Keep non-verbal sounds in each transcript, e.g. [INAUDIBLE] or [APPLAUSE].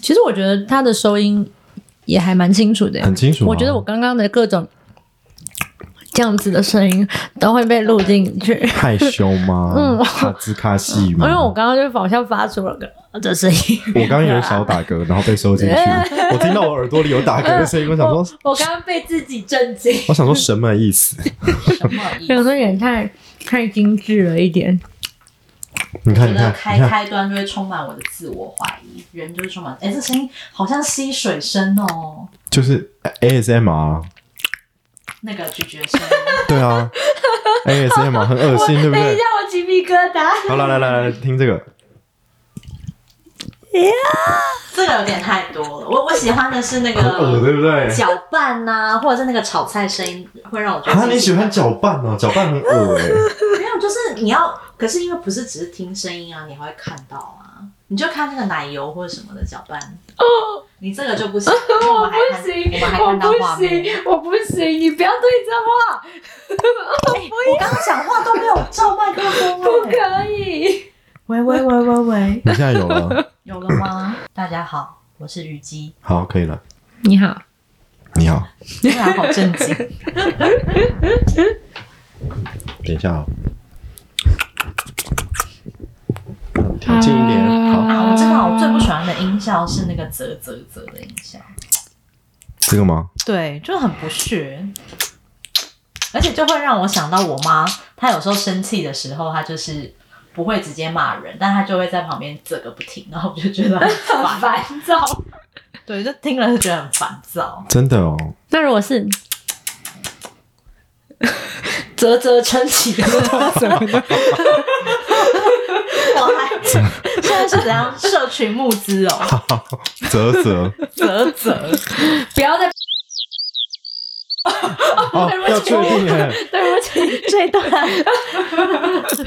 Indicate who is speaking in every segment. Speaker 1: 其实我觉得它的收音也还蛮清楚的耶，
Speaker 2: 很清楚吗。
Speaker 1: 我觉得我刚刚的各种这样子的声音都会被录进去，
Speaker 2: 害羞吗？
Speaker 1: [LAUGHS] 嗯
Speaker 2: 卡兹卡西
Speaker 1: 因
Speaker 2: 吗？
Speaker 1: 为我刚刚就好像发出了个的声音。
Speaker 2: 我刚刚有小打嗝，然后被收进
Speaker 1: [LAUGHS]
Speaker 2: 去。我听到我耳朵里有打嗝的声音，我想说，
Speaker 1: 嗯我刚刚被自己震惊，
Speaker 2: 我想说什么
Speaker 1: [LAUGHS]
Speaker 2: 意思？
Speaker 3: [LAUGHS] 什么意
Speaker 1: 有时
Speaker 3: 思？
Speaker 1: 候也太太精致了一点。
Speaker 2: 你看，
Speaker 3: 觉
Speaker 2: 你
Speaker 3: 得
Speaker 2: 看，
Speaker 3: 开
Speaker 2: 你看，
Speaker 3: 开端就会充满我的自我怀疑，人就是充满，哎，这声音好像吸水声哦，
Speaker 2: 就是 ASMR，
Speaker 3: 那个咀嚼声，
Speaker 2: 啊对啊
Speaker 1: [LAUGHS]
Speaker 2: ，ASMR 很恶 [LAUGHS] 心，对不
Speaker 1: 等一
Speaker 2: 对
Speaker 1: 下？，我鸡皮疙瘩。
Speaker 2: 好，来来来来，听这个，
Speaker 3: [LAUGHS] 这个有点太多了。我我喜欢的是那
Speaker 1: 呃
Speaker 2: 很恶，对
Speaker 3: 个
Speaker 2: 不对？
Speaker 3: 搅拌呐、或者是那个炒菜声音，会让我觉得
Speaker 2: 啊，
Speaker 3: 自己
Speaker 2: 你喜欢搅拌哦，搅拌很恶哎。
Speaker 3: 没有，就是你要，可是因为不是只是听声音啊，你还会看到啊，你就看那个奶油或者什么的搅拌。你这个就不行，因为我
Speaker 1: 哦 [LAUGHS] 我
Speaker 3: 们还看，
Speaker 1: 不行
Speaker 3: 我们还，
Speaker 1: 我
Speaker 3: 看到画
Speaker 1: 不
Speaker 3: 面。
Speaker 1: 行，我不行！你不要对着我，
Speaker 3: 我刚刚讲话都没有照麦克
Speaker 1: 不
Speaker 3: 风哎。
Speaker 1: 可以。
Speaker 3: 喂喂喂喂喂，
Speaker 2: 你现在
Speaker 1: [LAUGHS]
Speaker 2: 有了，
Speaker 3: 有了吗？大家好，我是虞姬。
Speaker 2: 好，可以了。
Speaker 1: 你好，
Speaker 2: 你好，
Speaker 3: 突然好震 [LAUGHS] 惊。
Speaker 2: 等一下哦。
Speaker 1: 啊
Speaker 2: 嗯调近一点，好，
Speaker 3: 啊，我知道，我最不喜欢的音效是那个啧啧啧的音效，
Speaker 2: 这个吗？
Speaker 3: 对，就很不屑。而且就会让我想到我妈，她有时候生气的时候，她就是不会直接骂人，但她就会在旁边啧个不停，然后我就觉得很烦。
Speaker 1: 烦
Speaker 3: [LAUGHS]
Speaker 1: 躁。
Speaker 3: 对，就听了就觉得很烦躁。
Speaker 2: 真的哦，
Speaker 1: 那如果是
Speaker 3: 啧啧撑起的，我还现在是怎样社群募资哦？
Speaker 2: 啧啧，
Speaker 3: 啧啧，
Speaker 1: 不要再
Speaker 2: 哦，要确定哎，
Speaker 1: 对不起，
Speaker 3: 这一段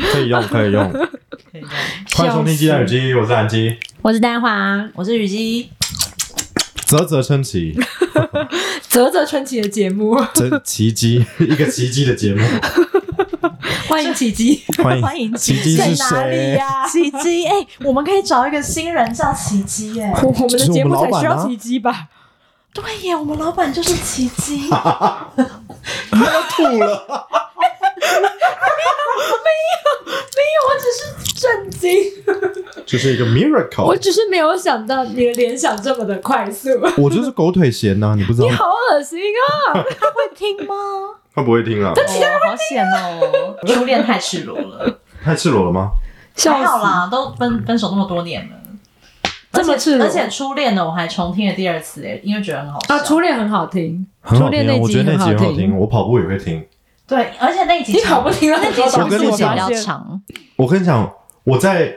Speaker 2: [LAUGHS] 可
Speaker 1: [LAUGHS]
Speaker 2: 以用，可以用。
Speaker 3: 可以吗
Speaker 2: 欢迎收听鸡蛋与鸡，我是蓝鸡。
Speaker 1: 我是蛋黄，
Speaker 3: 我是虞姬，
Speaker 2: 啧啧称奇，
Speaker 1: 啧啧春奇的节 [LAUGHS] 目，
Speaker 2: 真奇迹，一个奇迹的节
Speaker 1: [LAUGHS]
Speaker 2: 目。
Speaker 1: 欢迎奇迹。
Speaker 2: 欢迎
Speaker 3: 欢迎
Speaker 2: 奇迹是
Speaker 1: 在哪里
Speaker 2: 谁？
Speaker 1: 呀、
Speaker 3: 奇迹哎、我们可以找一个新人叫奇迹耶、
Speaker 1: 我我们的节目才需
Speaker 2: 就是我们老板
Speaker 1: 要
Speaker 2: 啊
Speaker 1: 奇迹吧？
Speaker 3: 对耶，我们老板就是奇迹。
Speaker 2: 吐了，
Speaker 1: 没有，我只是震惊，
Speaker 2: 就是一个
Speaker 1: 我
Speaker 2: miracle。
Speaker 1: 只是没有想到你的联想这么的快速，
Speaker 2: 我就是狗腿闲呐，你不知道
Speaker 1: 好恶心啊！
Speaker 3: 会听吗？
Speaker 2: 他不会听啊？
Speaker 3: 哦，好险哦！ [LAUGHS] 初恋太赤裸了，
Speaker 2: 太赤裸了吗？
Speaker 1: [LAUGHS] 笑
Speaker 3: 还好
Speaker 1: 死！
Speaker 3: 啦，都分分手那么多年了。而
Speaker 1: 这么赤
Speaker 3: 且
Speaker 1: 裸
Speaker 3: 而且初恋的我还重听了第二次哎，因为觉得很好笑。
Speaker 1: 啊，初恋很好听，
Speaker 2: 很
Speaker 1: 初
Speaker 2: 好
Speaker 1: 恋
Speaker 2: 听啊，
Speaker 1: 那
Speaker 2: 我觉
Speaker 1: 集
Speaker 2: 得那集
Speaker 1: 好
Speaker 2: 很好听，。我跑步也会听。
Speaker 3: 对，而且那一集
Speaker 1: 你好不听了，
Speaker 3: 那集
Speaker 1: 我
Speaker 3: 讲
Speaker 2: 跟
Speaker 3: 是
Speaker 2: 你
Speaker 3: 我比
Speaker 2: 讲
Speaker 3: 较长，
Speaker 2: 我跟你讲，我在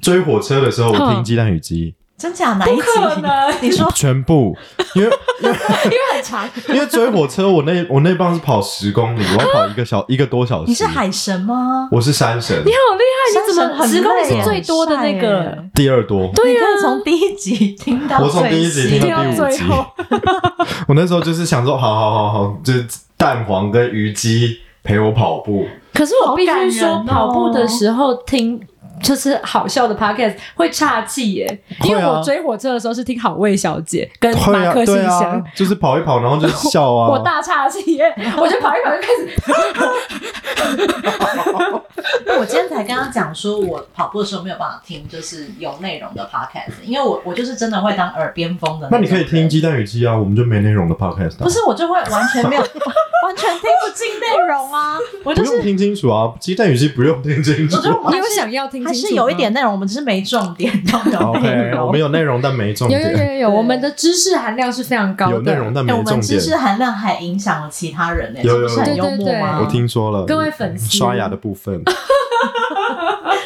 Speaker 2: 追火车的时候，我
Speaker 1: 哼
Speaker 2: 听鸡蛋与鸡，
Speaker 3: 真假哪一
Speaker 1: 不
Speaker 3: 集
Speaker 1: 可？ [LAUGHS] 能，啊
Speaker 3: 你说
Speaker 2: 全部，因为因为
Speaker 1: 因为很长。
Speaker 2: 因为追火车，我那我那棒是跑十公里，我要跑一个小一个多小时。
Speaker 3: 你是海神吗？
Speaker 2: 我是山神
Speaker 1: 你，好厉害，你
Speaker 3: 山
Speaker 1: 怎
Speaker 3: 神
Speaker 1: 么
Speaker 3: 很
Speaker 1: 十公里
Speaker 3: 累耶
Speaker 1: 是最多的那
Speaker 3: 很晒
Speaker 1: 个？
Speaker 3: 耶
Speaker 2: 第二多。
Speaker 1: 对呀
Speaker 3: 你可以从第一集听到
Speaker 2: 我从第一集
Speaker 3: 最
Speaker 2: 听
Speaker 3: 新
Speaker 2: 到第五集
Speaker 1: 听到，
Speaker 2: 我那时候就是想说，好好好好，就是蛋黄跟虞姬陪我跑步，
Speaker 1: 可是我必须说
Speaker 3: 好感人哦，
Speaker 1: 跑步的时候听就是好笑的 podcast 会岔气耶，因为
Speaker 2: 会啊
Speaker 1: 我追火车的时候是听好味小姐跟
Speaker 2: 会
Speaker 1: 呃马
Speaker 2: 啊，
Speaker 1: 克信
Speaker 2: 对
Speaker 1: 箱
Speaker 2: 啊。，就是跑一跑，然后就笑啊。
Speaker 1: 我大岔气耶！我就跑一跑就开始，
Speaker 3: 我今天才跟他讲说，我跑步的时候没有办法听，就是有内容的 podcast，因为我我就是真的会当耳边风的
Speaker 2: 那
Speaker 3: 种人
Speaker 2: 你可以听，鸡蛋与鸡啊，我们就没内容的 podcast，、啊、
Speaker 3: 不是我就会完全没有， [LAUGHS] 完全听不进内容啊，我就
Speaker 2: 不用
Speaker 3: 是
Speaker 2: 听清楚啊，鸡蛋与鸡不用听清楚
Speaker 3: 我。觉得我们
Speaker 1: 你
Speaker 3: 还
Speaker 1: 有
Speaker 3: 是
Speaker 1: 想要听清楚吗
Speaker 3: 还是有一点内容，我们只是没
Speaker 2: [LAUGHS]
Speaker 3: 重点，哎懂不懂？
Speaker 2: OK，我们有内容但没重
Speaker 1: 有有有
Speaker 2: 点，
Speaker 1: 有有，我们的知识含量是非常高
Speaker 2: 有内
Speaker 1: 的
Speaker 2: 容。但
Speaker 3: 哎
Speaker 2: 没
Speaker 3: 我
Speaker 2: 重
Speaker 3: 们知
Speaker 2: 点。
Speaker 3: 识含量还影响了其他人呢、
Speaker 2: 有
Speaker 3: 这
Speaker 2: 有
Speaker 3: 不是很
Speaker 1: 有
Speaker 3: 幽默吗？
Speaker 1: 对对对
Speaker 2: 我听说了，
Speaker 1: 各位粉丝
Speaker 2: 刷牙的部分，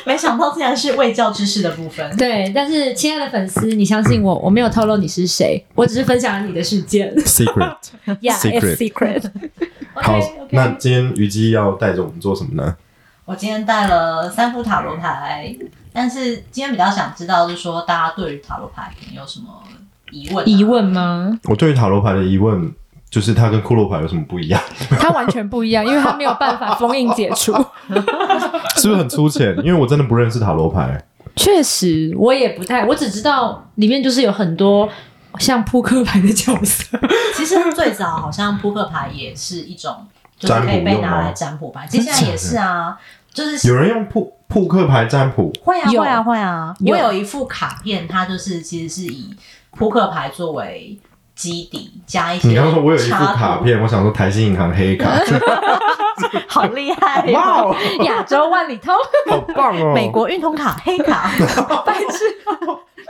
Speaker 3: 没想到竟然是未教知识的部分。
Speaker 1: 对，但是亲爱的粉丝，你相信我，我没有透露你是谁，我只是分享了你的事件。
Speaker 3: [LAUGHS]
Speaker 2: secret。
Speaker 1: Yeah，it's secret。
Speaker 2: 好
Speaker 3: OK，OK
Speaker 2: 那今天虞姬要带着我们做什么呢？
Speaker 3: 我今天带了三副塔罗牌，但是今天比较想知道是说大家对于塔罗牌可能有什么疑问、啊
Speaker 1: 疑？问吗？
Speaker 2: 我对于塔罗牌的疑问就是它跟骷髅牌有什么不一样？ [LAUGHS]
Speaker 1: 它完全不一样，因为它没有办法封印解除。
Speaker 2: 是不是很粗浅？因为我真的不认识塔罗牌。
Speaker 4: 确实，我也不太，我只知道里面就是有很多像扑克牌的角色。
Speaker 3: 其实最早好像扑克牌也是一种，就是可以被拿来占卜牌，其实现在也是啊，就是
Speaker 2: 有人用扑扑克牌占卜，
Speaker 3: 会啊
Speaker 4: 有
Speaker 3: 会啊会啊。
Speaker 4: 有
Speaker 3: 我有一副卡片，它就是其实是以扑克牌作为基底，加一些
Speaker 2: 你刚刚说我有一副
Speaker 3: 插图
Speaker 2: 卡，片，我想说台新银行黑卡，
Speaker 3: 好厉害哦、
Speaker 2: 哇哦，
Speaker 4: 亚洲万里通，
Speaker 2: [LAUGHS] 好棒哦！
Speaker 3: 美国运通卡黑 [LAUGHS] 卡，
Speaker 1: 白
Speaker 2: [LAUGHS]
Speaker 1: 痴，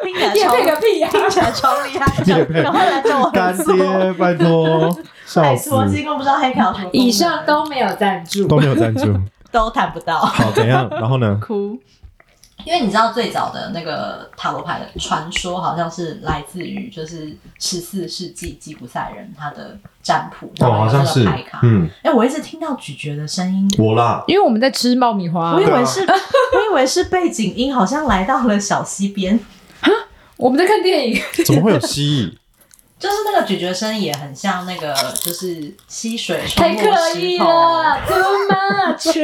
Speaker 3: 听起来
Speaker 1: 也
Speaker 3: 超
Speaker 1: 配个屁呀、啊
Speaker 3: 听起来超厉害，
Speaker 2: 业配
Speaker 3: 赶快来找我合
Speaker 2: 干
Speaker 3: 作。
Speaker 2: 爹，拜托，笑
Speaker 3: 拜
Speaker 2: 死，
Speaker 3: 托，金工不知道黑卡有什么功能，
Speaker 4: 以上都没有赞助。
Speaker 2: 都没有赞助。
Speaker 3: 都谈不到。
Speaker 2: [LAUGHS] 好，怎样？然后呢？
Speaker 1: 哭。
Speaker 3: 因为你知道最早的那个塔罗牌的传说，好像是来自于就是十四世纪吉普赛人他的占卜，
Speaker 2: 哦，
Speaker 3: 然后
Speaker 2: 好
Speaker 3: 有
Speaker 2: 像
Speaker 3: 这
Speaker 2: 是
Speaker 3: 个牌卡。，哎、
Speaker 2: 嗯，
Speaker 3: 我一直听到咀嚼的声音，
Speaker 2: 我啦，
Speaker 1: 因为我们在吃爆米花
Speaker 3: 我以，
Speaker 2: 对啊
Speaker 3: 为是， [LAUGHS] 我以为是背景音，好像来到了小溪边，
Speaker 1: 我们在看电影，
Speaker 2: 怎么会有蜥蜴？
Speaker 3: 就是那个咀嚼声也很像那个就是溪水冲
Speaker 4: 太
Speaker 3: 破
Speaker 4: 刻
Speaker 3: 石
Speaker 4: 意
Speaker 3: 头，
Speaker 4: 了，too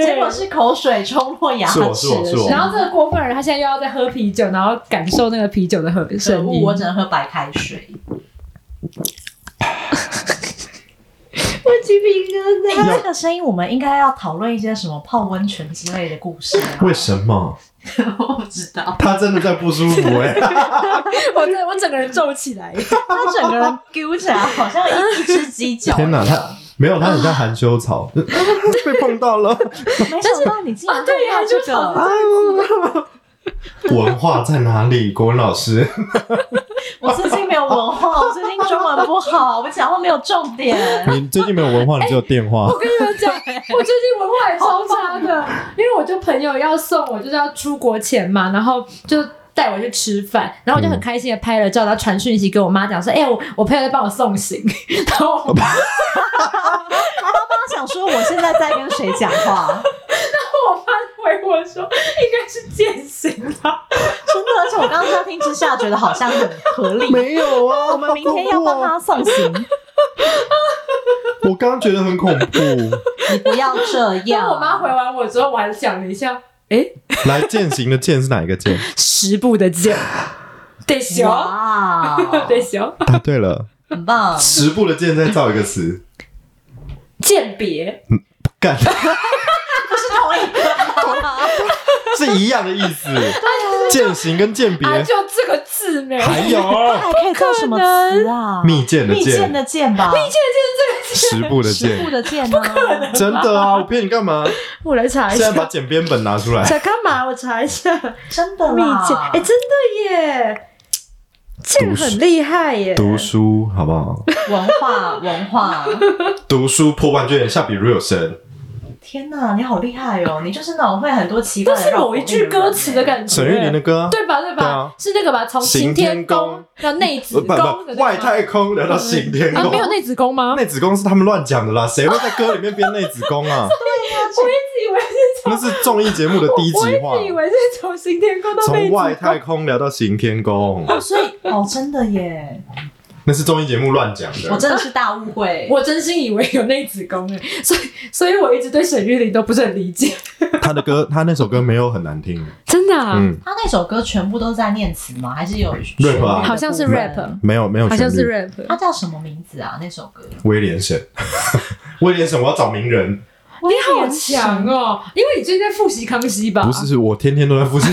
Speaker 3: 结果
Speaker 4: much。
Speaker 3: 是口水冲破牙齿
Speaker 2: 是
Speaker 3: 的
Speaker 2: 我是我是
Speaker 3: 声
Speaker 2: 我
Speaker 3: 音。
Speaker 1: 然后这个过分人他现在又要在喝啤酒，然后感受那个啤酒的和
Speaker 3: 可
Speaker 1: 声
Speaker 3: 恶，
Speaker 1: 音。
Speaker 3: 我只能喝白开 [LAUGHS] 水。
Speaker 4: 我鸡皮疙
Speaker 3: 哎、这个声音我们应该要讨论一些什么泡温泉之类的故事、啊。
Speaker 2: 为什么？
Speaker 3: 我不知道。
Speaker 2: 他真的在不舒服哎、
Speaker 1: [LAUGHS] 我这我整个人皱起来，
Speaker 3: 他整个人揪起来，好像一一只鸡 [LAUGHS] 脚。
Speaker 2: 天哪，
Speaker 3: 哪，
Speaker 2: 他没有，他很像含羞草， [LAUGHS] 被碰到了。
Speaker 3: 没想到你竟然
Speaker 1: 对呀
Speaker 3: 会看
Speaker 1: 就
Speaker 3: 这
Speaker 1: 是好
Speaker 3: 个，
Speaker 2: 文化在哪里？国文老师，
Speaker 3: 我最近没有文化，我最近中文不好，我讲话没有重点。
Speaker 2: 你最近没有文化，你只有电话。
Speaker 1: 我跟你们讲，我最近文化也超差的，因为我就朋友要送我，就是要出国前嘛，然后就。带我去吃饭，然后我就很开心的拍了照，然后传讯息给我妈讲说：“哎、我我朋友在帮我送行。” [LAUGHS] 然后我妈
Speaker 3: 他想说我现在在跟谁讲话？
Speaker 1: 我妈回我说：“应该是践行吧。
Speaker 3: 真的，而且我刚刚相听之下觉得好像很合理。
Speaker 2: 没有啊，
Speaker 3: [LAUGHS] 我们明天要帮他送行，
Speaker 2: 我刚刚觉得很恐怖，
Speaker 3: 你不要这”
Speaker 1: 然
Speaker 3: 样。
Speaker 1: 后我妈回完我之后，我还想了一下，哎、
Speaker 2: 来践行的践是哪一个践？
Speaker 1: 十步的剑，得行，
Speaker 3: 哇，
Speaker 1: [LAUGHS] 得行，
Speaker 2: 答对了，
Speaker 3: 很棒！
Speaker 2: 十步的践再造一个词，
Speaker 1: 鉴别
Speaker 2: 干
Speaker 3: 不是同一个，
Speaker 2: 是一样的意
Speaker 3: [LAUGHS]
Speaker 2: 思。践行跟鉴别
Speaker 1: 啊，就这个字没有。
Speaker 2: 还
Speaker 1: [LAUGHS]
Speaker 2: 有
Speaker 3: 还可以叫什么词啊？
Speaker 2: 蜜饯的
Speaker 3: 蜜饯
Speaker 2: 饯，
Speaker 3: 的饯吧，
Speaker 2: 十步的
Speaker 3: 食物
Speaker 2: 饯，
Speaker 3: 的啊饯呢？
Speaker 2: 真的啊！我骗你干嘛？
Speaker 1: 我来查一
Speaker 2: 现在把
Speaker 1: 下，
Speaker 2: 简编本拿出来，
Speaker 1: 想干嘛？我查一下。
Speaker 3: 真的
Speaker 1: 蜜
Speaker 3: 啦
Speaker 1: 饯，哎、真的耶，剑很厉害耶。
Speaker 2: 读书好不好？
Speaker 3: 文化文化，
Speaker 2: 读书破万卷，下笔如有神，
Speaker 3: 天哪，你好厉害哦！你就是那种会很多奇怪
Speaker 1: 这
Speaker 3: 的
Speaker 1: 是
Speaker 3: 绕口
Speaker 1: 某
Speaker 3: 令
Speaker 1: 一句歌词的感觉。
Speaker 2: 沈玉琳的歌啊，
Speaker 1: 对吧？对吧？
Speaker 2: 对啊
Speaker 1: 是那个吧？从
Speaker 2: 行
Speaker 1: 刑
Speaker 2: 天
Speaker 1: 天
Speaker 2: 宫
Speaker 1: 宫到内
Speaker 2: 呃
Speaker 1: 子宫
Speaker 2: 不
Speaker 1: 的
Speaker 2: 不
Speaker 1: 对，吧
Speaker 2: 外太空聊到刑天
Speaker 1: 啊，
Speaker 2: 宫
Speaker 1: 没，有内子宫吗？
Speaker 2: 内子宫是他们乱讲的啦，谁会在歌里面编内子宫
Speaker 1: [LAUGHS]
Speaker 2: 啊？
Speaker 1: 我一直以为是
Speaker 2: 那是综艺节目的低
Speaker 1: 我
Speaker 2: 级化
Speaker 1: 一，直以为是从刑天宫到内
Speaker 2: 从
Speaker 1: 子宫。
Speaker 2: 外太空聊到刑天宫，
Speaker 3: 哦，所以哦，真的耶，
Speaker 2: 那是综艺节目乱讲
Speaker 3: 我
Speaker 2: 的。
Speaker 3: 真的是大误会。
Speaker 1: 我真心以为有内子宫哎，所以所以我一直对沈玉琳都不是很理解。
Speaker 2: 他的歌，他那首歌没有很难听，
Speaker 1: 真的啊，
Speaker 2: 嗯，
Speaker 3: 他那首歌全部都是在念词吗？还是有
Speaker 2: rap 啊
Speaker 1: 好像是 rap，
Speaker 2: 没有没有
Speaker 1: 好
Speaker 2: 旋
Speaker 1: 像是
Speaker 2: 律。
Speaker 1: rap。
Speaker 3: 他叫什么名字啊？那首歌
Speaker 2: 威廉神， [LAUGHS] 威廉神，我要找名人，
Speaker 1: 你好强哦，因为你最近在复习《康熙》吧？
Speaker 2: 不是是我天天都在
Speaker 1: [LAUGHS]
Speaker 2: 复习。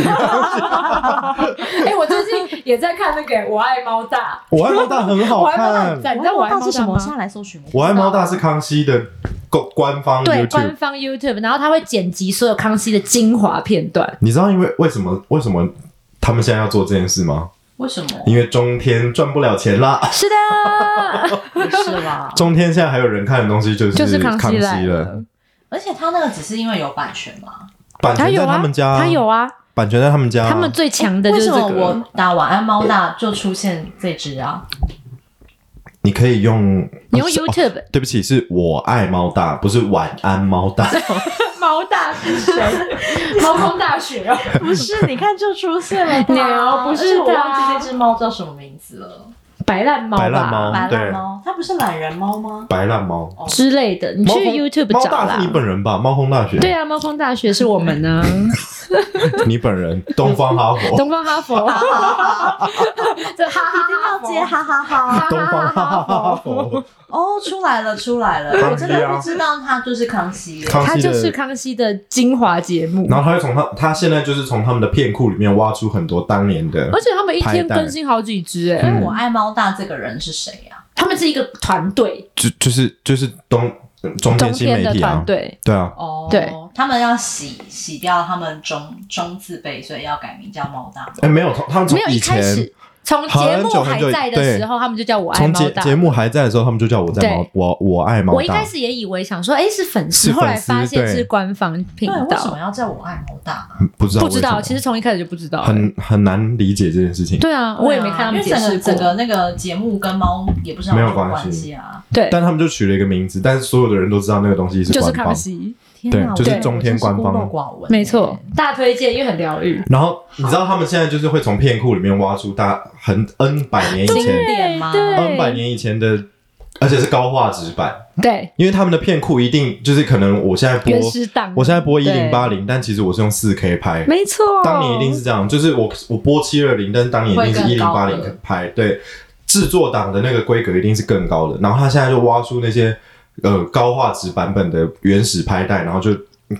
Speaker 1: 哎、我最近也在看那个《我爱猫大
Speaker 2: 我爱猫大很》，好
Speaker 1: 我爱猫大
Speaker 2: 看
Speaker 1: 很，赞，你
Speaker 3: 我
Speaker 1: 知道
Speaker 3: 爱
Speaker 1: 我爱
Speaker 3: 猫
Speaker 1: 猫
Speaker 3: 哦大是什
Speaker 1: 大
Speaker 3: 么？我现
Speaker 1: 吗？
Speaker 3: 在来搜寻。
Speaker 2: 我爱猫大是康熙的官官方
Speaker 1: 对，
Speaker 2: YouTube
Speaker 1: 官方 YouTube，然后他会剪辑所有康熙的精华片段。
Speaker 2: 你知道因为为什么为什么他们现在要做这件事吗？
Speaker 3: 为什么？
Speaker 2: 因为中天赚不了钱
Speaker 1: [LAUGHS]
Speaker 2: 啦，
Speaker 1: 是的，
Speaker 3: 是啦，
Speaker 2: 中天现在还有人看的东西就是
Speaker 1: 就是
Speaker 2: 康
Speaker 1: 熙来
Speaker 2: 了，，
Speaker 3: [LAUGHS] 而且他那个只是因为有版权嘛。
Speaker 2: 版
Speaker 1: 他
Speaker 2: 权
Speaker 1: 有
Speaker 2: 在
Speaker 1: 啊，
Speaker 2: 他们家，
Speaker 1: 他有啊，
Speaker 2: 版权在他们家，
Speaker 1: 他们最强的就
Speaker 3: 为
Speaker 1: 是
Speaker 3: 什
Speaker 1: 这
Speaker 3: 么
Speaker 1: 个。
Speaker 3: 我打晚安猫大就出现这只啊？
Speaker 2: 你可以用
Speaker 1: 你用
Speaker 2: 哦是哦
Speaker 1: YouTube
Speaker 2: 对不起，是我爱猫大，不是晚安猫
Speaker 1: [LAUGHS]
Speaker 2: 大。
Speaker 1: 猫大是谁？猫空大学哦，
Speaker 3: 不是，你看就出现了 [LAUGHS]
Speaker 1: No，不是
Speaker 3: 而且我
Speaker 1: 的
Speaker 3: 忘记那只猫叫什么名字了。
Speaker 1: 白烂猫吧？
Speaker 2: 白烂猫
Speaker 3: 白
Speaker 2: 对
Speaker 3: 烂猫，嗯它不是懒人猫 [LAUGHS] 吗？
Speaker 2: 白烂猫。
Speaker 4: 之类的，你去
Speaker 2: 猫空
Speaker 4: YouTube
Speaker 2: 猫
Speaker 4: 找
Speaker 2: 大
Speaker 4: 啦
Speaker 2: 是你。本人吧？猫空大学，
Speaker 1: 对啊，猫空大学是我们呢、
Speaker 2: 你
Speaker 1: [LAUGHS]
Speaker 2: 本人，东方哈佛，
Speaker 1: 东方哈佛，这哈哈哈佛
Speaker 3: 接哈哈哈！
Speaker 2: 东方哈哈佛，
Speaker 3: 哦，出来了，出来了！我真的不知道它就是康熙了。
Speaker 2: 康
Speaker 1: 它
Speaker 2: 熙
Speaker 1: 就是
Speaker 2: 的。
Speaker 1: 康熙的精华节目，
Speaker 2: 然后他会从他，他现在就是从他们的片库里面挖出很多当年的
Speaker 1: 而且他们一天
Speaker 2: 拍档
Speaker 1: 更新好几支哎、
Speaker 2: 嗯
Speaker 3: 我爱猫大这个人是谁啊呀？
Speaker 1: 他们是一个团队，
Speaker 2: 就就是就是东
Speaker 1: 中
Speaker 2: 中天新
Speaker 1: 天
Speaker 2: 媒
Speaker 1: 的
Speaker 2: 体啊
Speaker 1: 团，队，
Speaker 2: 对啊，
Speaker 3: 哦，
Speaker 1: 对，
Speaker 3: 他们要洗洗掉他们中中字辈，所以要改名叫猫大。
Speaker 2: 哎，没有，从他们从
Speaker 1: 没有
Speaker 2: 以
Speaker 1: 一开
Speaker 2: 前
Speaker 1: 始从节目还在
Speaker 2: 很久很久
Speaker 1: 的时候，他们就叫我爱
Speaker 2: 从
Speaker 1: 猫
Speaker 2: 节
Speaker 1: 大。
Speaker 2: 节目还在的时候，他们就叫我在猫
Speaker 1: 对，
Speaker 2: 我我爱猫大。
Speaker 1: 我一开始也以为想说，哎，是粉丝，
Speaker 2: 是粉丝
Speaker 1: 后来发现
Speaker 2: 对
Speaker 1: 是官方频
Speaker 3: 对，为什
Speaker 1: 道
Speaker 3: 么，要叫我爱猫大呢？
Speaker 2: 不知道
Speaker 1: 不
Speaker 2: 为什
Speaker 1: 知
Speaker 2: 么，
Speaker 1: 道，其实从一开始就不知道。哎
Speaker 2: 很很难理解这件事情。
Speaker 1: 对啊，我也没看他们
Speaker 3: 因为
Speaker 1: 解
Speaker 3: 整
Speaker 1: 释
Speaker 3: 个整
Speaker 1: 过。
Speaker 3: 个那个节目跟猫也不是很
Speaker 2: 没有关系
Speaker 3: 系啊。
Speaker 1: 对，
Speaker 2: 但他们就取了一个名字，但是所有的人都知道那个东西
Speaker 1: 就是
Speaker 2: 官
Speaker 1: 康
Speaker 2: 方。
Speaker 1: 熙，
Speaker 3: 天
Speaker 2: 对
Speaker 3: 哪，
Speaker 2: 就是
Speaker 3: 我
Speaker 2: 中天官方
Speaker 3: 真是孤陋寡闻
Speaker 1: 没错，大推荐，因为很疗愈。
Speaker 2: 然后你知道他们现在就是会从片库里面挖出大很 N 百年以前
Speaker 3: 典吗
Speaker 1: 对
Speaker 2: N 百年以前的，而且是高画质版，
Speaker 1: 对，
Speaker 2: 因为他们的片库一定就是可能我现在播
Speaker 1: 原始档，
Speaker 2: 我现在播一
Speaker 1: 对
Speaker 2: 零八零，但其实我是用四 K 拍。
Speaker 1: 没错，
Speaker 2: 当年一定是这样，就是我我播七二零，但是当年一定是一
Speaker 3: 会
Speaker 2: 零
Speaker 3: 更
Speaker 2: 八
Speaker 3: 高
Speaker 2: 零
Speaker 3: 的
Speaker 2: 拍，对，制作档的那个规格一定是更高的。然后他现在就挖出那些呃高画质版本的原始拍带，然后就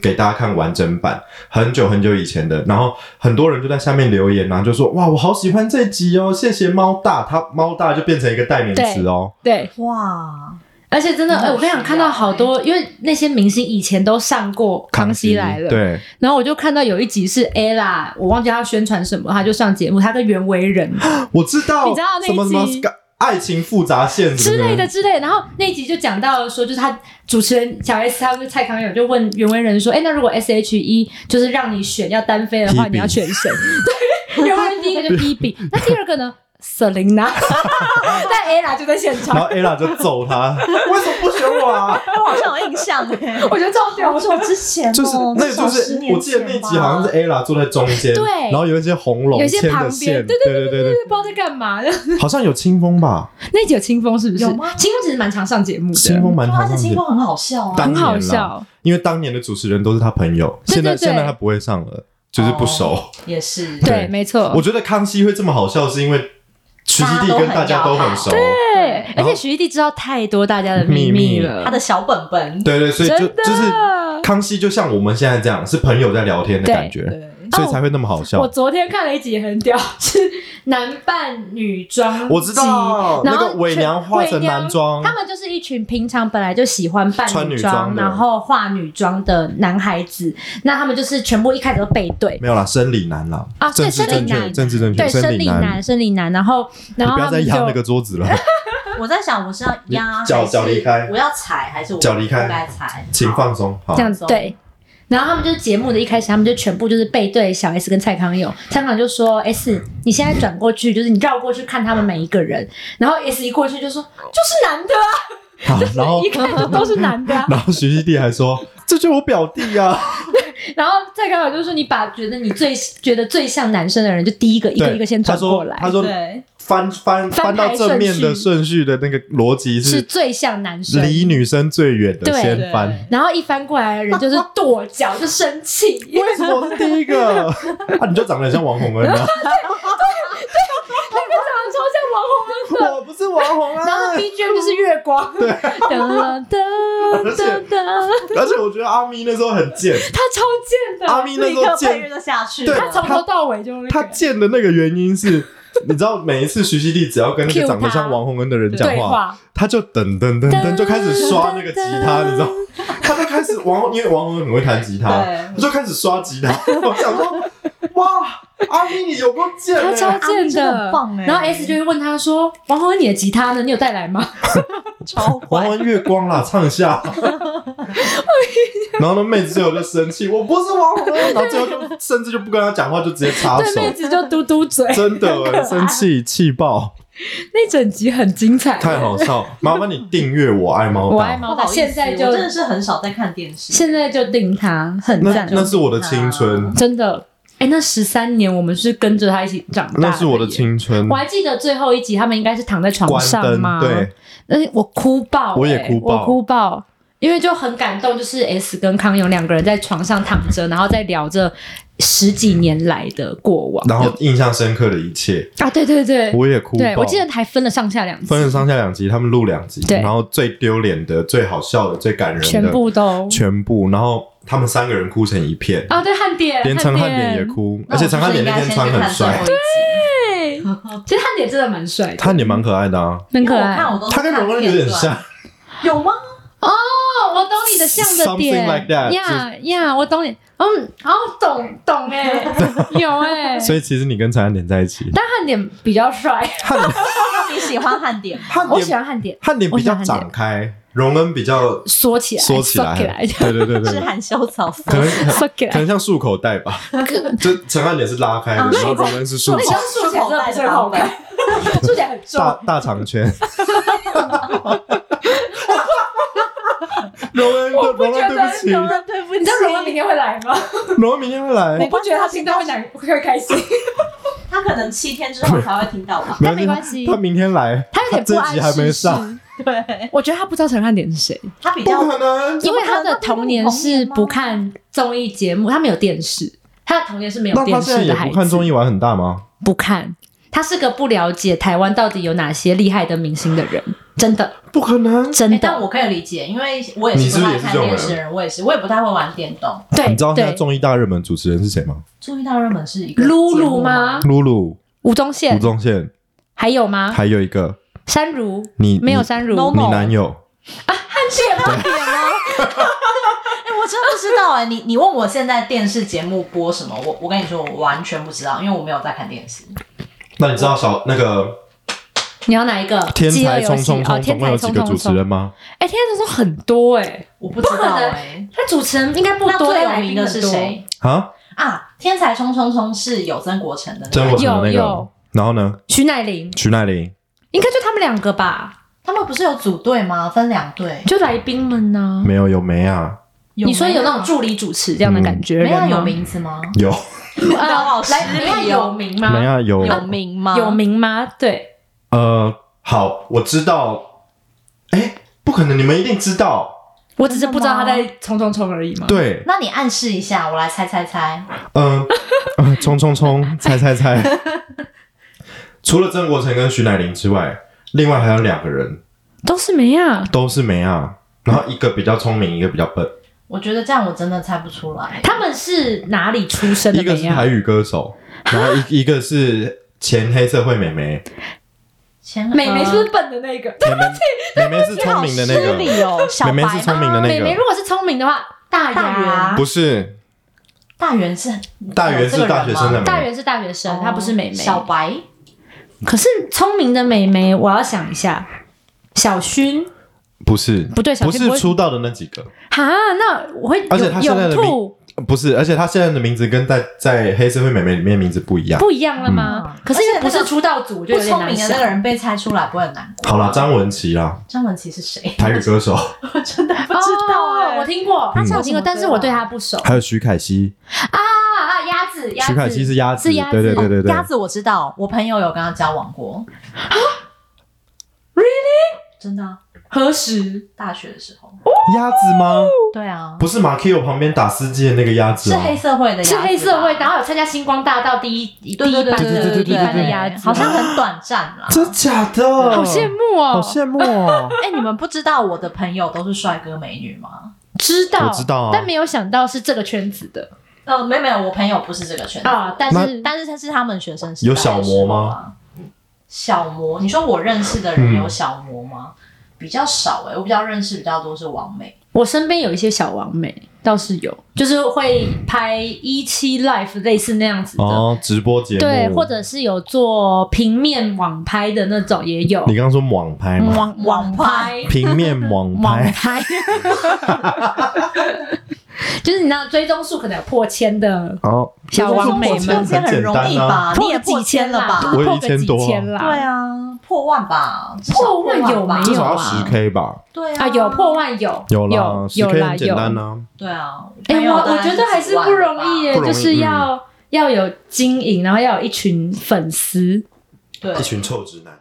Speaker 2: 给大家看完整版，很久很久以前的。然后很多人就在下面留言，然啊后就说哇，我好喜欢这集哦，谢谢猫大，他猫大就变成一个代名词哦，
Speaker 1: 对，
Speaker 3: 欸哇，
Speaker 1: 而且真的，
Speaker 3: 真的
Speaker 1: 哎，我跟你讲，
Speaker 3: 需要
Speaker 1: 看到好多，因为那些明星以前都上过《 [LAUGHS] 康熙来了》，
Speaker 2: 对，
Speaker 1: 然后我就看到有一集是 Ella，我忘记她宣传什么，她就上节目，她跟袁惟仁
Speaker 2: 我知道，
Speaker 1: 你知道那一集
Speaker 2: 什么什么爱情复杂线什
Speaker 1: 之
Speaker 2: 么
Speaker 1: 类的。之类的。然后那集就讲到说，就是他主持人小 S 他们蔡康永就问袁惟仁说：“哎，那如果 S H E 就是让你选要单飞的话，
Speaker 2: Hebe
Speaker 1: 你要选谁？”对，袁惟仁第一个就 Hebe，那第二个呢？Selina，但 Ella 就在现
Speaker 2: 然
Speaker 1: 场，
Speaker 2: 后 Ella 就
Speaker 1: [LAUGHS]
Speaker 2: 揍他，为什么不选我啊？
Speaker 3: [LAUGHS] 我好像有印象哎，
Speaker 1: 我觉得超屌
Speaker 3: 好。久之前哦，
Speaker 2: 就是那个
Speaker 3: 至少
Speaker 2: 就
Speaker 3: 10
Speaker 2: 是
Speaker 3: 年
Speaker 2: 我记得那
Speaker 3: 前吧啊
Speaker 2: 集好像是 Ella 坐在中间，
Speaker 1: 对
Speaker 2: 然后有一些红龙
Speaker 1: 有一些
Speaker 2: 牵
Speaker 1: 旁
Speaker 2: 的
Speaker 1: 边
Speaker 2: 线，
Speaker 1: 对
Speaker 2: 对对对对，
Speaker 1: 不知道在干嘛的，
Speaker 2: 好像有清风吧，
Speaker 1: 那集有清风是不是？
Speaker 3: 有吗
Speaker 1: 清风其实蛮常上节目的，
Speaker 2: 清风蛮
Speaker 3: 对啊而
Speaker 2: 常
Speaker 3: 且
Speaker 2: 上
Speaker 3: 清
Speaker 2: 的，
Speaker 3: 风很好笑啊，
Speaker 2: 当
Speaker 1: 很好
Speaker 2: 年啦
Speaker 1: 笑。
Speaker 2: 因为当年的主持人都是他朋友，
Speaker 1: 对
Speaker 2: 现在
Speaker 1: 对哦对
Speaker 2: 现在他不会上了，就是不熟。
Speaker 3: 也是
Speaker 2: 对
Speaker 1: 对，没错。
Speaker 2: 我觉得康熙会这么好笑，是因为徐熙娣跟大家都很熟，
Speaker 1: 对，而
Speaker 2: 然后
Speaker 1: 且徐艺娣知道太多大家的秘
Speaker 2: 秘密
Speaker 1: 密了，
Speaker 3: 他的小本本，
Speaker 2: 对对，所以就
Speaker 1: 真的
Speaker 2: 就是康熙就像我们现在这样，是朋友在聊天的
Speaker 1: 对哦
Speaker 2: 感觉，
Speaker 3: 对，
Speaker 2: 所以才会那么好笑
Speaker 1: 我。昨天看了一集也很屌，是男扮女装，
Speaker 2: 我知道
Speaker 1: 然后
Speaker 2: 那个伪娘化成男装
Speaker 1: 伪娘他们就是一群平常本来就喜欢扮
Speaker 2: 穿女
Speaker 1: 女
Speaker 2: 装
Speaker 1: 装，
Speaker 2: 的
Speaker 1: 然后化女装的男孩子，那他们就是全部一开始都背对。
Speaker 2: 没有啦，生理男啦，
Speaker 1: 啊
Speaker 2: 政
Speaker 1: 对
Speaker 2: 治正
Speaker 1: 生理
Speaker 2: 确，
Speaker 1: 男
Speaker 2: 政治正确，
Speaker 1: 对，
Speaker 2: 生
Speaker 1: 生
Speaker 2: 理
Speaker 1: 理男，，生理男，然后，
Speaker 2: 你
Speaker 1: 然后
Speaker 2: 不要
Speaker 1: 他
Speaker 2: 再
Speaker 1: 们就
Speaker 2: 压那个桌子了。 [LAUGHS]
Speaker 3: [LAUGHS] 我在想我是要压
Speaker 2: 你脚
Speaker 3: 还是
Speaker 2: 脚离开
Speaker 3: 我要踩还是我
Speaker 2: 脚离开
Speaker 3: 不该踩，
Speaker 2: 请放松，好
Speaker 1: 这。样
Speaker 3: 松
Speaker 1: 子对。然后他们就是节目的一开始，他们就全部就是背对小 S 跟蔡康永，蔡康永就说：“S，你现在转过去，就是你绕过去看他们每一个人。”然后 S 一过去就说：“就是男的啊，
Speaker 2: 好，然后
Speaker 1: 一看就都是男的啊。
Speaker 2: [LAUGHS] 然后徐熙娣还说：“ [LAUGHS] 这就是我表弟啊。 [LAUGHS]
Speaker 1: 然后蔡康永就说：“你把觉得你最觉得最像男生的人，就第一个一
Speaker 2: 对”
Speaker 1: 个一个先
Speaker 2: 他
Speaker 1: 转过
Speaker 2: 说：“
Speaker 1: 来
Speaker 2: 他，说
Speaker 3: 对，
Speaker 2: 翻翻翻
Speaker 1: 翻
Speaker 2: 到
Speaker 1: 台
Speaker 2: 正面
Speaker 1: 顺
Speaker 2: 的
Speaker 1: 序
Speaker 2: 顺序的那个逻辑
Speaker 1: 是
Speaker 2: 是
Speaker 1: 最像男生。”
Speaker 2: 离女生最远的
Speaker 1: 对
Speaker 2: 先翻。
Speaker 1: 然后一翻过来的人就是跺脚，就生
Speaker 2: [LAUGHS]
Speaker 1: 气。
Speaker 2: 为什么我是第
Speaker 1: [LAUGHS]
Speaker 2: 一个？啊，你就长得很像王洪恩啊！
Speaker 1: 那个长得超像王洪恩的。
Speaker 2: 我不是王洪
Speaker 1: 然后
Speaker 2: 恩，
Speaker 1: BGM 就是月光，对， [LAUGHS] 噔噔
Speaker 2: [LAUGHS]
Speaker 1: 噔噔。
Speaker 2: 而且我觉得阿咪那时候很贱，
Speaker 1: 他超贱的，
Speaker 2: 阿咪那
Speaker 3: 立
Speaker 2: 时候
Speaker 3: 刻配乐
Speaker 2: 贱，
Speaker 3: 就下去
Speaker 2: 对
Speaker 1: 他
Speaker 3: 了。
Speaker 1: 从头到尾就那
Speaker 2: 她
Speaker 1: 个。
Speaker 2: 贱的那个原因是，你知道每一次徐熙娣只要跟那个
Speaker 1: Cue
Speaker 2: 长得像
Speaker 1: 她
Speaker 2: 王洪恩的人讲
Speaker 1: 对话，
Speaker 2: 他就噔噔噔噔就开始刷那个吉他，
Speaker 1: 噔
Speaker 2: 你知道？他就开始王，因为王红很会弹吉他
Speaker 3: 对，
Speaker 2: 他就开始刷吉他。 [LAUGHS] 我想说，哇，阿咪你有够贱
Speaker 1: 他
Speaker 2: 欸！
Speaker 1: 超贱
Speaker 3: 真的很棒欸
Speaker 1: 然后 S 就会问他说：“王宏，你的吉他呢？你有带来吗
Speaker 3: 超
Speaker 2: 王
Speaker 3: 坏，
Speaker 2: 红月光啦，唱一下。
Speaker 1: [LAUGHS]
Speaker 2: 然后那妹子最后就生气，我不是王红，然后最后就甚至就不跟他讲话，就直接？”插
Speaker 1: 对
Speaker 2: 手，
Speaker 1: 妹子就嘟嘟嘴，
Speaker 2: 真的欸生气气爆，
Speaker 1: 那整集很精彩。
Speaker 2: 太好笑！麻烦你订阅我爱猫
Speaker 1: 我爱
Speaker 2: 大，
Speaker 1: 猫
Speaker 3: 不
Speaker 1: 大，
Speaker 3: 好意思
Speaker 1: 现在就
Speaker 3: 我真的是很少在看电视，
Speaker 1: 现在就定他，很
Speaker 2: 那
Speaker 1: 赞，
Speaker 2: 那是我的青春，
Speaker 1: 真的。哎，那十三年我们是跟着他一起长大，
Speaker 2: 那是我的。青春
Speaker 1: 我。还记得最后一集，他们应该是躺在床
Speaker 2: 关
Speaker 1: 上
Speaker 2: 灯
Speaker 1: 吗？
Speaker 2: 对，
Speaker 1: 但是我哭爆、欸，
Speaker 2: 我也哭爆
Speaker 1: 我哭爆，因为就很感动，就是 S 跟康永两个人在床上躺着，然后再聊着十几年来的过往
Speaker 2: 然后印象深刻的一切，
Speaker 1: 啊，对对对，
Speaker 2: 我也哭爆。
Speaker 1: 对我记得还分了上下两
Speaker 2: 分了
Speaker 1: 次，
Speaker 2: 上下两集，他们录两集，
Speaker 1: 对
Speaker 2: 然后最丢脸的、最好笑的、最感人的，
Speaker 1: 全部都
Speaker 2: 全部，然后他们三个人哭成一片，
Speaker 1: 啊，对汉典，
Speaker 2: 连陈汉典也，哭，而且陈汉典那天穿很帅，
Speaker 3: 对，
Speaker 1: 对，其实汉典真的蛮帅的，
Speaker 2: 汉典蛮可爱的啊，
Speaker 1: 很
Speaker 3: 因为
Speaker 1: 可
Speaker 3: 我
Speaker 1: 爱。
Speaker 3: 看
Speaker 1: 哦，
Speaker 3: 我都是
Speaker 2: 他跟
Speaker 3: 看
Speaker 2: 荣恩有
Speaker 3: 片
Speaker 2: 点
Speaker 3: 段
Speaker 2: 像，
Speaker 3: 有吗？
Speaker 1: 哦我懂你的像的
Speaker 2: Something
Speaker 1: 点
Speaker 2: like that，
Speaker 1: 呀呀，我懂你，嗯，哦，懂懂哎，有哎，
Speaker 2: [LAUGHS] 所以其实你跟陈汉典在一起，
Speaker 1: 但汉典比较帅，
Speaker 2: 汉典
Speaker 3: 你喜欢汉典
Speaker 2: [LAUGHS]
Speaker 3: 吗？
Speaker 2: 汉
Speaker 1: 我喜
Speaker 2: 典
Speaker 1: 欢汉典
Speaker 2: 汉典
Speaker 1: 我
Speaker 2: 比
Speaker 1: 喜欢
Speaker 2: 较
Speaker 1: 汉典
Speaker 2: 展开，荣恩比较
Speaker 1: 缩起来，
Speaker 2: 缩起来，
Speaker 1: 来，
Speaker 2: [LAUGHS] 对对对
Speaker 3: 是
Speaker 2: 对，
Speaker 3: 含羞草色
Speaker 2: 可能
Speaker 1: 缩起
Speaker 2: 可
Speaker 1: 来。
Speaker 2: 能像束口袋吧，就陈汉典是拉
Speaker 1: 啊
Speaker 2: 开的，然后荣恩是束
Speaker 1: 那
Speaker 2: 口
Speaker 1: 你刚竖起来真的不是很好看， [LAUGHS] 竖起来很重。
Speaker 2: 大大长 [LAUGHS] 圈。荣恩，
Speaker 1: 不
Speaker 2: 荣
Speaker 1: 觉
Speaker 2: 恩，对
Speaker 1: 得
Speaker 2: 不起，
Speaker 1: 荣
Speaker 3: 恩对不起
Speaker 1: 你知道荣恩明天会来吗？
Speaker 2: 荣恩明天会来。
Speaker 1: 我，不觉得他听到会难会开心，
Speaker 3: [LAUGHS] 他可能七天之后才会听到吧
Speaker 1: [LAUGHS] 但
Speaker 2: 没
Speaker 1: 没
Speaker 2: 关
Speaker 1: 关系
Speaker 2: 系，他明天来，
Speaker 1: [LAUGHS] 他有点不
Speaker 2: 这
Speaker 1: 谙
Speaker 2: 集还没
Speaker 1: 世
Speaker 2: 上，
Speaker 1: 事。
Speaker 3: 对，
Speaker 1: 我觉得他不知道陈汉典是谁，
Speaker 3: 他比
Speaker 2: 不
Speaker 3: 较
Speaker 2: 可能。
Speaker 1: 因为他的童年是不看综艺节目，他没有电视，他的童年是没有
Speaker 2: 那他
Speaker 1: 电
Speaker 2: 现在
Speaker 1: 视
Speaker 2: 也
Speaker 1: 的孩
Speaker 2: 不
Speaker 1: 子。
Speaker 2: 看综艺玩很大吗？
Speaker 1: 不看，他是个不了解台湾到底有哪些厉害的明星的人，真的
Speaker 2: 不可能，
Speaker 1: 真
Speaker 3: 哎但
Speaker 1: 的。
Speaker 3: 我可以理解，因为我也
Speaker 2: 你是
Speaker 3: 是
Speaker 2: 不
Speaker 3: 不
Speaker 2: 是也是
Speaker 3: 太看
Speaker 2: 这种
Speaker 3: 电视的人，我也是，我也不太会玩电动。
Speaker 1: 对，
Speaker 2: 你知道现在
Speaker 1: 对，
Speaker 2: 综艺大热门主持人是谁吗？
Speaker 3: 注意到热门是一个
Speaker 1: 露
Speaker 3: 节目
Speaker 1: 露吗？？
Speaker 2: 露露、
Speaker 1: 吴宗
Speaker 2: 吴
Speaker 1: 宪
Speaker 2: 宗宪，
Speaker 1: 还有吗？
Speaker 2: 还有一个
Speaker 1: 山如
Speaker 2: 你
Speaker 1: 没有
Speaker 2: 你
Speaker 1: 山如，
Speaker 2: 你男友，
Speaker 3: 哎、我真的不知道哎、你你问我现在电视节目播什么，我我跟你说，我完全不知道，因为我没有在看电视。
Speaker 2: 那你知道小那个
Speaker 1: 你要哪一个？
Speaker 2: 天
Speaker 1: 饥饿
Speaker 2: 才
Speaker 1: 游
Speaker 2: 冲
Speaker 1: 戏
Speaker 2: 冲
Speaker 1: 哦，天
Speaker 2: 冲总共
Speaker 1: 才
Speaker 2: 有几
Speaker 1: 冲
Speaker 2: 个
Speaker 1: 冲
Speaker 2: 主持
Speaker 1: 冲。
Speaker 2: 人吗？
Speaker 1: 哎，天才冲冲很多哎，
Speaker 3: 我不知
Speaker 1: 不可
Speaker 3: 道
Speaker 1: 能
Speaker 3: 哎、
Speaker 1: 他主持人应该不
Speaker 3: 那
Speaker 1: 多，
Speaker 3: 最有
Speaker 1: 来宾
Speaker 3: 名的
Speaker 1: 很
Speaker 3: 是
Speaker 1: 多
Speaker 3: 谁？
Speaker 2: 啊，
Speaker 3: 啊？天才冲冲冲是有曾国成的、那个
Speaker 2: 曾国成的那
Speaker 1: 有
Speaker 2: 个
Speaker 1: 有，
Speaker 2: 然后呢，
Speaker 1: 徐乃麟，
Speaker 2: 徐乃麟，
Speaker 1: 应该就他们两个吧，
Speaker 3: 他们不是有组队吗？分两队，
Speaker 1: 就来宾们呢。
Speaker 2: 没有有没啊？
Speaker 3: 没
Speaker 1: 你说有那种助理主持这样的感觉的
Speaker 3: 嗯没啊
Speaker 1: 人吗？
Speaker 3: 有有名哦字
Speaker 1: [LAUGHS]
Speaker 3: 吗？
Speaker 2: 有
Speaker 3: [LAUGHS]
Speaker 1: 呃，来，梅亚
Speaker 3: 没
Speaker 1: 有名吗？
Speaker 2: 没啊？有
Speaker 3: 有名吗？
Speaker 1: 有名吗？对，
Speaker 2: 呃，好，我知道。哎，不可能，你们一定知道。
Speaker 1: 我只是不知道他
Speaker 3: 真的
Speaker 1: 在冲冲冲而已嘛。
Speaker 2: 对，
Speaker 3: 那你暗示一下，我来猜猜猜。
Speaker 2: 嗯、呃，冲冲冲，猜猜猜。除了曾国成跟徐乃麟之外，另外还有两个人
Speaker 1: 都是梅亚，
Speaker 2: 都是梅啊，然后一个比较聪明，一个比较笨，
Speaker 3: 我觉得这样我真的猜不出来。
Speaker 1: 他们是哪里出生的
Speaker 2: 一个
Speaker 1: 梅
Speaker 2: 是
Speaker 1: 亚
Speaker 2: 台？语歌手，然后一一个是前黑社会美眉，
Speaker 3: 前
Speaker 1: 美眉是
Speaker 3: 呃
Speaker 1: 不是笨的那个？
Speaker 2: 美眉美眉是聪明的那
Speaker 3: 你好失礼
Speaker 2: 个，
Speaker 3: 哦，小
Speaker 2: 美
Speaker 3: 白
Speaker 2: 眉
Speaker 3: 吗
Speaker 2: 是聪明的那
Speaker 1: 美眉
Speaker 2: 个
Speaker 1: 如，果是聪明的话，大
Speaker 3: 大
Speaker 1: 牙
Speaker 3: 圆。
Speaker 2: 不是
Speaker 3: 大圆是
Speaker 2: 大圆
Speaker 3: 有
Speaker 2: 是
Speaker 3: 这个
Speaker 2: 大
Speaker 3: 人
Speaker 2: 学
Speaker 3: 吗
Speaker 2: 生的
Speaker 1: 大
Speaker 2: 美，
Speaker 1: 圆是大学生，哦她不是美眉。
Speaker 3: 哦小白
Speaker 1: 可是聪明的美眉，我要想一下。小薰
Speaker 2: 不是
Speaker 1: 不对小
Speaker 2: 不
Speaker 1: 薰不
Speaker 2: 是
Speaker 1: 会
Speaker 2: 出道的那几个，
Speaker 1: 哈，那我会
Speaker 2: 而且她
Speaker 1: 有
Speaker 2: 现在的
Speaker 1: 有
Speaker 2: 名
Speaker 1: 兔
Speaker 2: 呃不是，而且他现在的名字跟在在黑社会美眉里面的名字不一样。
Speaker 1: 不一样了吗
Speaker 3: 嗯？
Speaker 1: 可是因为
Speaker 3: 而
Speaker 1: 不
Speaker 3: 且那
Speaker 1: 是
Speaker 3: 个
Speaker 1: 出道组，我就有
Speaker 3: 不
Speaker 1: 点
Speaker 3: 聪
Speaker 1: 难
Speaker 3: 明的那
Speaker 1: 想
Speaker 3: 个。人被猜出来，不会很难过。
Speaker 2: 好啦，张文琪啦，
Speaker 3: 张文琪是谁？ [LAUGHS]
Speaker 2: 台语歌手，
Speaker 3: 我真的不
Speaker 1: 哦
Speaker 3: 知道哎、
Speaker 1: 我听过，他
Speaker 2: 嗯
Speaker 1: 唱听过，但是我对他不熟。
Speaker 2: 还有徐凯熙，
Speaker 1: 啊啊！鸭子，鸭
Speaker 2: 徐凯
Speaker 1: 子
Speaker 2: 熙是鸭子，
Speaker 1: 是鸭
Speaker 2: 对对对对对，
Speaker 3: 鸭子我知道，我朋友有跟他交往过。啊？Really？真的啊、
Speaker 1: 何时？
Speaker 3: 大学的时候。
Speaker 2: 鸭子吗？
Speaker 3: 对啊，
Speaker 2: 不是马 Q 旁边打司机的那个鸭子
Speaker 3: 是
Speaker 2: 啊，
Speaker 3: 黑社会的鸭子
Speaker 1: 是
Speaker 3: 吧，
Speaker 1: 黑社会，然后有参加星光大道第一第一
Speaker 3: 对
Speaker 1: 班
Speaker 3: 对对对对
Speaker 1: 的
Speaker 3: 对
Speaker 1: 第一班的鸭子，
Speaker 3: 好像很短暂啦。
Speaker 2: 真假的？
Speaker 1: 好羡，慕哦，
Speaker 2: 好羡慕
Speaker 1: [LAUGHS]
Speaker 2: 哦！
Speaker 3: 哎、你们不知道我的朋友都是帅哥美女吗？
Speaker 1: 知道
Speaker 2: 我知道啊
Speaker 1: 但没有想到是这个圈子的
Speaker 3: 呃，没有没有，我朋友不是这个圈子，
Speaker 1: 啊，但是
Speaker 3: 但是他是他们学生时代
Speaker 2: 有小魔吗
Speaker 3: 的时候啊？小魔，你说我认识的人
Speaker 2: 嗯
Speaker 3: 有小魔吗？比较少哎、我比较认识比较多是王美，
Speaker 1: 我身边有一些小王美倒是有，就是会拍一期 life 类似那样子的。
Speaker 2: 哦，直播节目，
Speaker 1: 对，或者是有做平面网拍的那种也有，
Speaker 2: 你刚刚说网拍吗？
Speaker 1: 网网拍，
Speaker 2: 平面网
Speaker 1: 网
Speaker 2: [LAUGHS] 拍，
Speaker 1: 拍， [LAUGHS] 就是你知道追踪数可能有破千的，
Speaker 2: 哦，
Speaker 1: 小王美们
Speaker 2: 这个
Speaker 3: 破
Speaker 2: 是
Speaker 3: 千
Speaker 2: 很
Speaker 3: 很
Speaker 2: 简
Speaker 3: 容易
Speaker 2: 单啊，
Speaker 3: 吧？你也破千了吧？
Speaker 2: 我有
Speaker 1: 破个
Speaker 2: 1000
Speaker 1: 几
Speaker 2: 多
Speaker 1: 千啦，
Speaker 3: 对啊，破万吧，至少
Speaker 1: 破万有
Speaker 3: 吧
Speaker 1: 没
Speaker 2: 至
Speaker 1: 有
Speaker 2: 少要
Speaker 1: 啊
Speaker 2: 十 K 吧？
Speaker 3: 对啊，
Speaker 1: 啊，有破万有
Speaker 2: 有啦
Speaker 1: 有，
Speaker 2: 十
Speaker 1: 有
Speaker 2: K
Speaker 1: 啦
Speaker 2: 很简
Speaker 1: 有。
Speaker 2: 单啊。
Speaker 3: 对啊，
Speaker 1: 哎、
Speaker 3: 朋友
Speaker 1: 我
Speaker 3: 当
Speaker 1: 我
Speaker 3: 然
Speaker 1: 觉得还是
Speaker 3: 几万
Speaker 1: 不容易
Speaker 3: 了吧
Speaker 1: 耶，
Speaker 2: 不容易
Speaker 1: 就是要、要有经营，然后要有一群粉丝。
Speaker 3: 对
Speaker 2: 一群臭直男，